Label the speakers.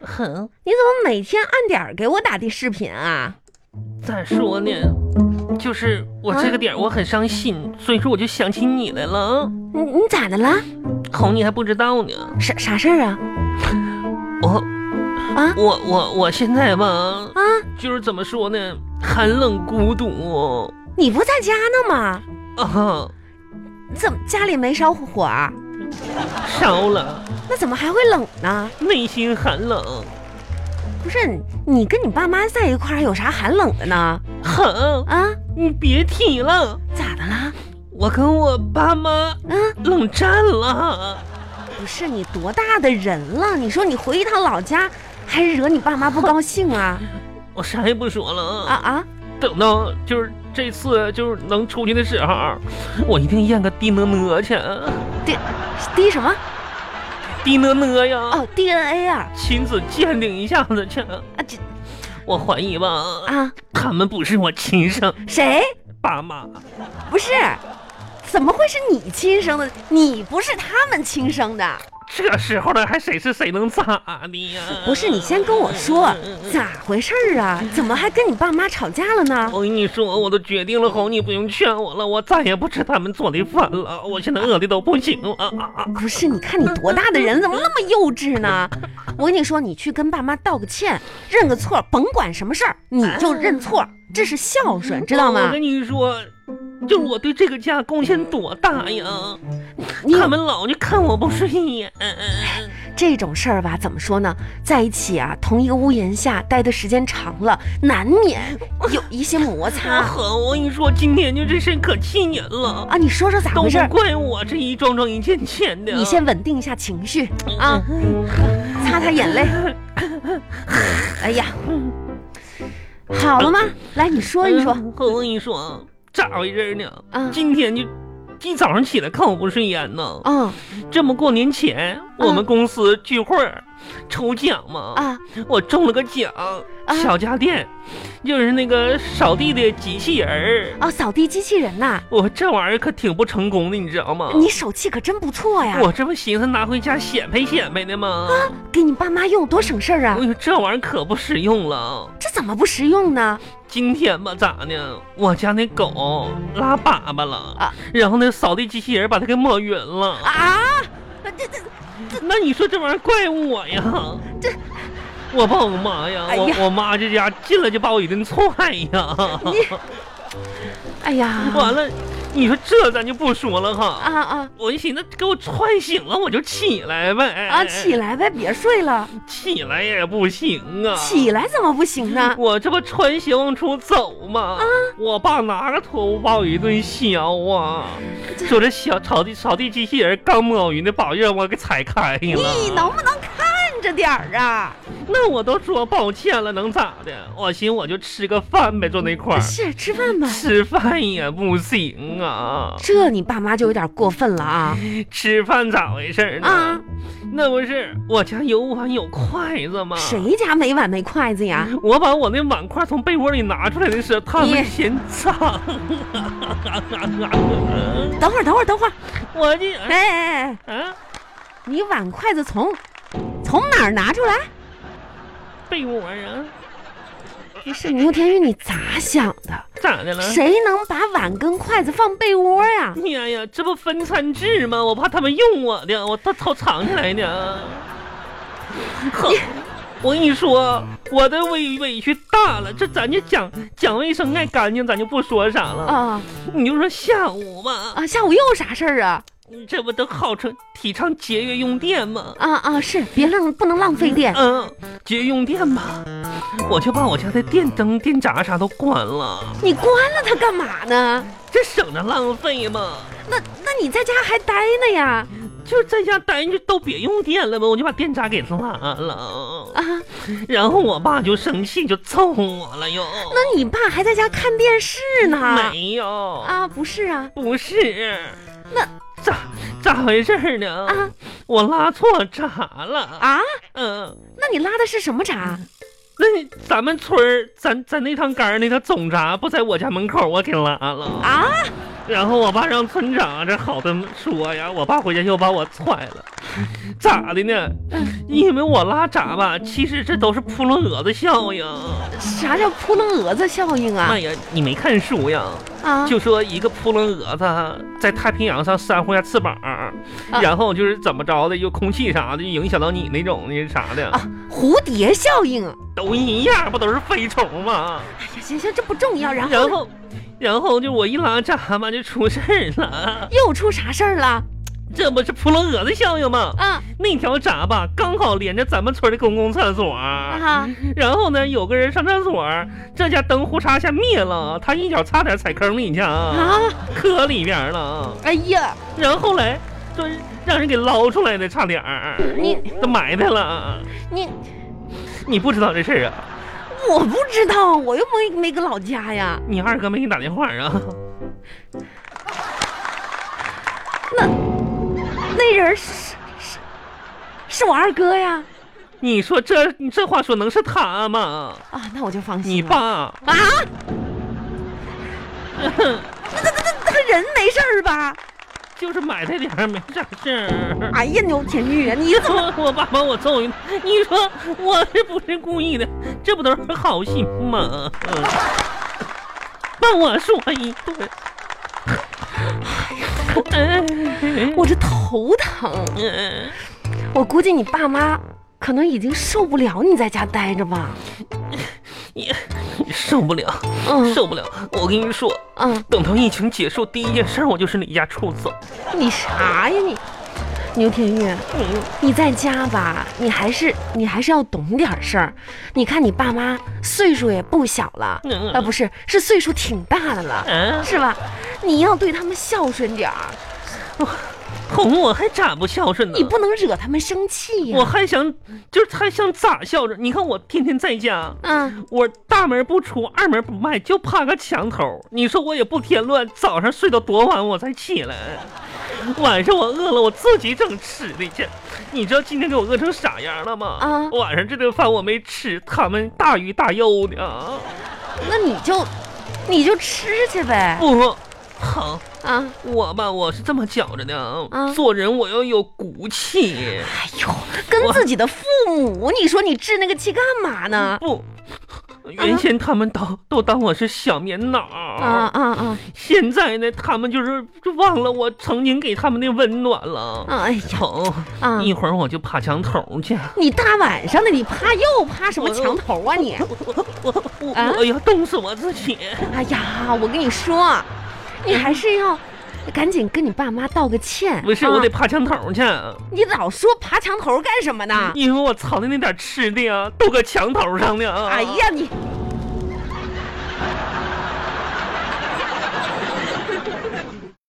Speaker 1: 很。
Speaker 2: 你怎么每天按点儿给我打的视频啊？
Speaker 1: 咋说呢？就是我这个点儿我很伤心，所以说我就想起你来了。
Speaker 2: 你你咋的了？
Speaker 1: 哄你还不知道呢。
Speaker 2: 啥啥事儿啊？
Speaker 1: 我
Speaker 2: 啊
Speaker 1: 我我我现在吧，
Speaker 2: 啊，
Speaker 1: 就是怎么说呢，寒冷孤独
Speaker 2: 你不在家呢吗？
Speaker 1: 啊，
Speaker 2: 怎么家里没烧火啊？
Speaker 1: 烧了，
Speaker 2: 那怎么还会冷呢？
Speaker 1: 内心寒冷，
Speaker 2: 不是你跟你爸妈在一块儿有啥寒冷的呢？
Speaker 1: 哼，
Speaker 2: 啊，
Speaker 1: 你别提了，
Speaker 2: 咋的啦？
Speaker 1: 我跟我爸妈
Speaker 2: 啊，
Speaker 1: 冷战了，
Speaker 2: 不是你多大的人了？你说你回一趟老家，还惹你爸妈不高兴啊？
Speaker 1: 我啥也不说了
Speaker 2: 啊啊！
Speaker 1: 等到就是这次就是能出去的时候，我一定验个 DNA 去
Speaker 2: 滴滴什么？
Speaker 1: ，DNA 呀，
Speaker 2: 哦，DNA 啊
Speaker 1: 亲子鉴定一下子去。
Speaker 2: 啊这
Speaker 1: 我怀疑吧，
Speaker 2: 啊
Speaker 1: 他们不是我亲生
Speaker 2: 谁？
Speaker 1: 爸妈，
Speaker 2: 不是，怎么会是你亲生的？你不是他们亲生的。
Speaker 1: 这时候了还谁是谁能咋的呀？
Speaker 2: 不是，你先跟我说咋回事儿啊？怎么还跟你爸妈吵架了呢？
Speaker 1: 我跟你说，我都决定了，红，你不用劝我了，我再也不吃他们做的饭了，我现在饿的都不行了。啊啊
Speaker 2: 不是，你看你多大的人，怎么那么幼稚呢？我跟你说，你去跟爸妈道个歉，认个错，甭管什么事儿，你就认错，这是孝顺，知道
Speaker 1: 我
Speaker 2: 吗
Speaker 1: 跟？你说，就是我对这个家贡献多大呀！
Speaker 2: 你
Speaker 1: 他们老就看我不顺眼。
Speaker 2: 这种事儿吧，怎么说呢？在一起啊，同一个屋檐下待的时间长了，难免有一些摩
Speaker 1: 啊
Speaker 2: 擦
Speaker 1: 呵，我跟你说，今天就这事可气人了，
Speaker 2: 啊。你说说咋
Speaker 1: 都
Speaker 2: 回事
Speaker 1: 不
Speaker 2: 儿？
Speaker 1: 怪我这一桩桩一件件的。啊
Speaker 2: 你先稳定一下情绪啊，擦擦眼泪。 哎呀，好了吗？来，你说一说。
Speaker 1: 嗯我跟你说，咋回事呢？
Speaker 2: 啊
Speaker 1: 今天就一早上起来看我不顺眼呢。
Speaker 2: 嗯
Speaker 1: 这么过年前，我们公司聚会儿抽奖嘛，
Speaker 2: 啊
Speaker 1: 我中了个奖，
Speaker 2: 啊
Speaker 1: 小家电，就是那个扫地的机器人儿。
Speaker 2: 哦，扫地机器人呐、
Speaker 1: 我这玩意儿可挺不成功的，你知道吗？
Speaker 2: 你手气可真不错呀，
Speaker 1: 哦我这不寻思拿回家显摆显摆呢吗？
Speaker 2: 啊给你爸妈用多省事儿啊
Speaker 1: 我！跟你说这玩意儿可不实用了。
Speaker 2: 这怎么不实用呢？
Speaker 1: 今天吧，咋呢？我家那狗拉粑粑了，
Speaker 2: 嗯啊
Speaker 1: 然后那扫地机器人把它给抹匀了。
Speaker 2: 啊，这这
Speaker 1: 那你说这玩意儿怪我呀？这我爸我妈呀，
Speaker 2: 哎呀
Speaker 1: 我我妈这家进来就把我一顿踹呀。
Speaker 2: 哎呀，
Speaker 1: 完了，你说这咱就不说了哈。
Speaker 2: 啊啊
Speaker 1: 我一寻思，给我踹醒了，我就起来呗。
Speaker 2: 啊，起来呗，别睡了，
Speaker 1: 起来也不行啊。
Speaker 2: 起来怎么不行呢？
Speaker 1: 我这不穿鞋往出走吗？
Speaker 2: 啊
Speaker 1: 我爸拿个拖布把我一顿削啊！说这小扫地扫地机器人刚摸匀的把让我给踩开了。
Speaker 2: 你能不能看着点儿啊？
Speaker 1: 那我都说抱歉了，能咋的？我寻思我就吃个饭呗，坐那块儿
Speaker 2: 是吃饭吧，
Speaker 1: 吃饭也不行啊！
Speaker 2: 这你爸妈就有点过分了啊！
Speaker 1: 嗯吃饭咋回事呢？
Speaker 2: 啊
Speaker 1: 那不是我家有碗有筷子吗？
Speaker 2: 谁家没碗没筷子呀？
Speaker 1: 我把我那碗筷从被窝里拿出来的时候，他
Speaker 2: 你
Speaker 1: 们嫌 脏。
Speaker 2: 等会儿，等会儿，等会儿，
Speaker 1: 我这
Speaker 2: 哎哎哎，
Speaker 1: 啊，
Speaker 2: 你碗筷子从从哪儿拿出来？
Speaker 1: 被窝啊，
Speaker 2: 不是牛天宇，你咋想的？
Speaker 1: 咋的了？
Speaker 2: 谁能把碗跟筷子放被窝呀？
Speaker 1: 呀哎呀，这不分餐制吗？我怕他们用我的，我都偷藏起来呢。哼，我跟你说，我的委委屈大了。这咱就讲讲卫生，爱干净，咱就不说啥了。
Speaker 2: 啊
Speaker 1: 你就说下午吧，
Speaker 2: 啊！下午又有啥事儿啊？
Speaker 1: 这不都号称提倡节约用电吗？
Speaker 2: 啊啊！是，别浪，不能浪费电。
Speaker 1: 嗯，节约用电吧，我就把我家的电灯、电闸啥都关了，
Speaker 2: 你关了它干嘛呢？
Speaker 1: 这省着浪费嘛。
Speaker 2: 那那你在家还待呢呀？
Speaker 1: 就是在家待着都别用电了呗，我就把电闸给拉了，
Speaker 2: 啊，
Speaker 1: 然后我爸就生气就揍我了又。
Speaker 2: 那你爸还在家看电视呢？
Speaker 1: 没有，
Speaker 2: 啊，不是啊，
Speaker 1: 不是，
Speaker 2: 那
Speaker 1: 咋咋回事儿呢？
Speaker 2: 啊
Speaker 1: 我拉错闸了，
Speaker 2: 啊，
Speaker 1: 嗯、
Speaker 2: 那你拉的是什么闸？
Speaker 1: 那你咱们村儿咱咱那趟杆儿那个总闸不在我家门口，我给拉了。
Speaker 2: 啊，
Speaker 1: 然后我爸让村长啊这好的说呀，我爸回家又把我踹了，咋的呢？
Speaker 2: 嗯
Speaker 1: 因为我拉闸吧，其实这都是扑棱蛾子效应。
Speaker 2: 啥叫扑棱蛾子效应啊
Speaker 1: 哎？呀，你没看书呀？
Speaker 2: 啊，
Speaker 1: 就说一个扑棱蛾子在太平洋上扇呼一下翅膀，然后就是怎么着的，又空气啥的就影响到你那种那啥的，
Speaker 2: 啊，蝴蝶效应。
Speaker 1: 都一样，不都是飞虫吗？
Speaker 2: 哎呀，行行，这不重要。然后
Speaker 1: 然
Speaker 2: 呢
Speaker 1: 后，然后就我一拉闸嘛，就出事儿了。
Speaker 2: 又出啥事儿了？
Speaker 1: 这不是扑棱蛾子效应吗？
Speaker 2: 啊
Speaker 1: 那条闸吧，刚好连着咱们村的公共厕所。
Speaker 2: 啊！
Speaker 1: 然后呢，有个人上厕所，这家灯呼嚓一下灭了，他一脚差点踩坑里去啊，
Speaker 2: 啊！
Speaker 1: 磕里边了。
Speaker 2: 哎呀，
Speaker 1: 然后后来，这让人给捞出来的，差点儿，
Speaker 2: 你
Speaker 1: 都埋汰了。
Speaker 2: 你
Speaker 1: 你不知道这事儿啊？
Speaker 2: 我不知道，我又没没搁老家呀。
Speaker 1: 你二哥没给你打电话啊？
Speaker 2: 那人是是是是我二哥呀。
Speaker 1: 你说这你这话说能是他吗？
Speaker 2: 啊，那我就放心了。
Speaker 1: 你爸
Speaker 2: 啊？那那那那人没事儿吧？
Speaker 1: 就是埋汰点儿，没啥事儿。
Speaker 2: 哎呀，牛田玉啊，你怎么？
Speaker 1: 我爸把我揍一顿，你说我是不是故意的？这不都是好心吗？嗯把我说一顿，哎
Speaker 2: 我这头疼，
Speaker 1: 嗯
Speaker 2: 我估计你爸妈可能已经受不了你在家待着吧。
Speaker 1: 受不了，
Speaker 2: 嗯
Speaker 1: 受不了！我跟你说，
Speaker 2: 嗯，
Speaker 1: 等到疫情结束，第一件事我就是离家出走。
Speaker 2: 你啥呀你？牛田玉，
Speaker 1: 嗯，
Speaker 2: 你在家吧，你还是你还是要懂点事儿。你看你爸妈岁数也不小了，
Speaker 1: 嗯
Speaker 2: 啊不是，是岁数挺大的了，
Speaker 1: 啊，
Speaker 2: 是吧？你要对他们孝顺点儿，
Speaker 1: 哄我还咋不孝顺呢
Speaker 2: 你？不能惹他们生气呀、
Speaker 1: 嗯我还想，就是还想咋孝顺？你看我天天在家，
Speaker 2: 嗯，
Speaker 1: 我大门不出，二门不迈，就趴个墙头。你说我也不添乱，早上睡到多晚我才起来，晚上我饿了我自己整吃的去。你知道今天给我饿成啥样了吗？
Speaker 2: 啊
Speaker 1: 晚上这顿饭我没吃，他们大鱼大肉的。啊
Speaker 2: 那你就你就吃去呗。
Speaker 1: 不，好，
Speaker 2: 啊，
Speaker 1: 我吧，我是这么觉着的啊，
Speaker 2: 啊
Speaker 1: 做人我要有骨气。
Speaker 2: 哎呦，跟自己的父母，你说你治那个气干嘛呢？
Speaker 1: 不，
Speaker 2: 嗯
Speaker 1: 原先他们都都当我是小棉袄
Speaker 2: 啊啊啊！
Speaker 1: 现在呢，他们就是就忘了我曾经给他们的温暖了。
Speaker 2: 啊哎呀
Speaker 1: 好，
Speaker 2: 啊！
Speaker 1: 一会儿我就爬墙头去。
Speaker 2: 你大晚上的，你怕又怕什么
Speaker 1: 我
Speaker 2: 墙头啊你？
Speaker 1: 我我我
Speaker 2: 啊
Speaker 1: 我要冻死我自己！
Speaker 2: 哎呀，我跟你说，你还是要赶紧跟你爸妈道个歉。
Speaker 1: 嗯不是，
Speaker 2: 啊
Speaker 1: 我得爬墙头去，
Speaker 2: 你老说爬墙头干什么呢？
Speaker 1: 啊因为我藏的那点吃的呀，都搁墙头上呢。啊
Speaker 2: 哎，呀，你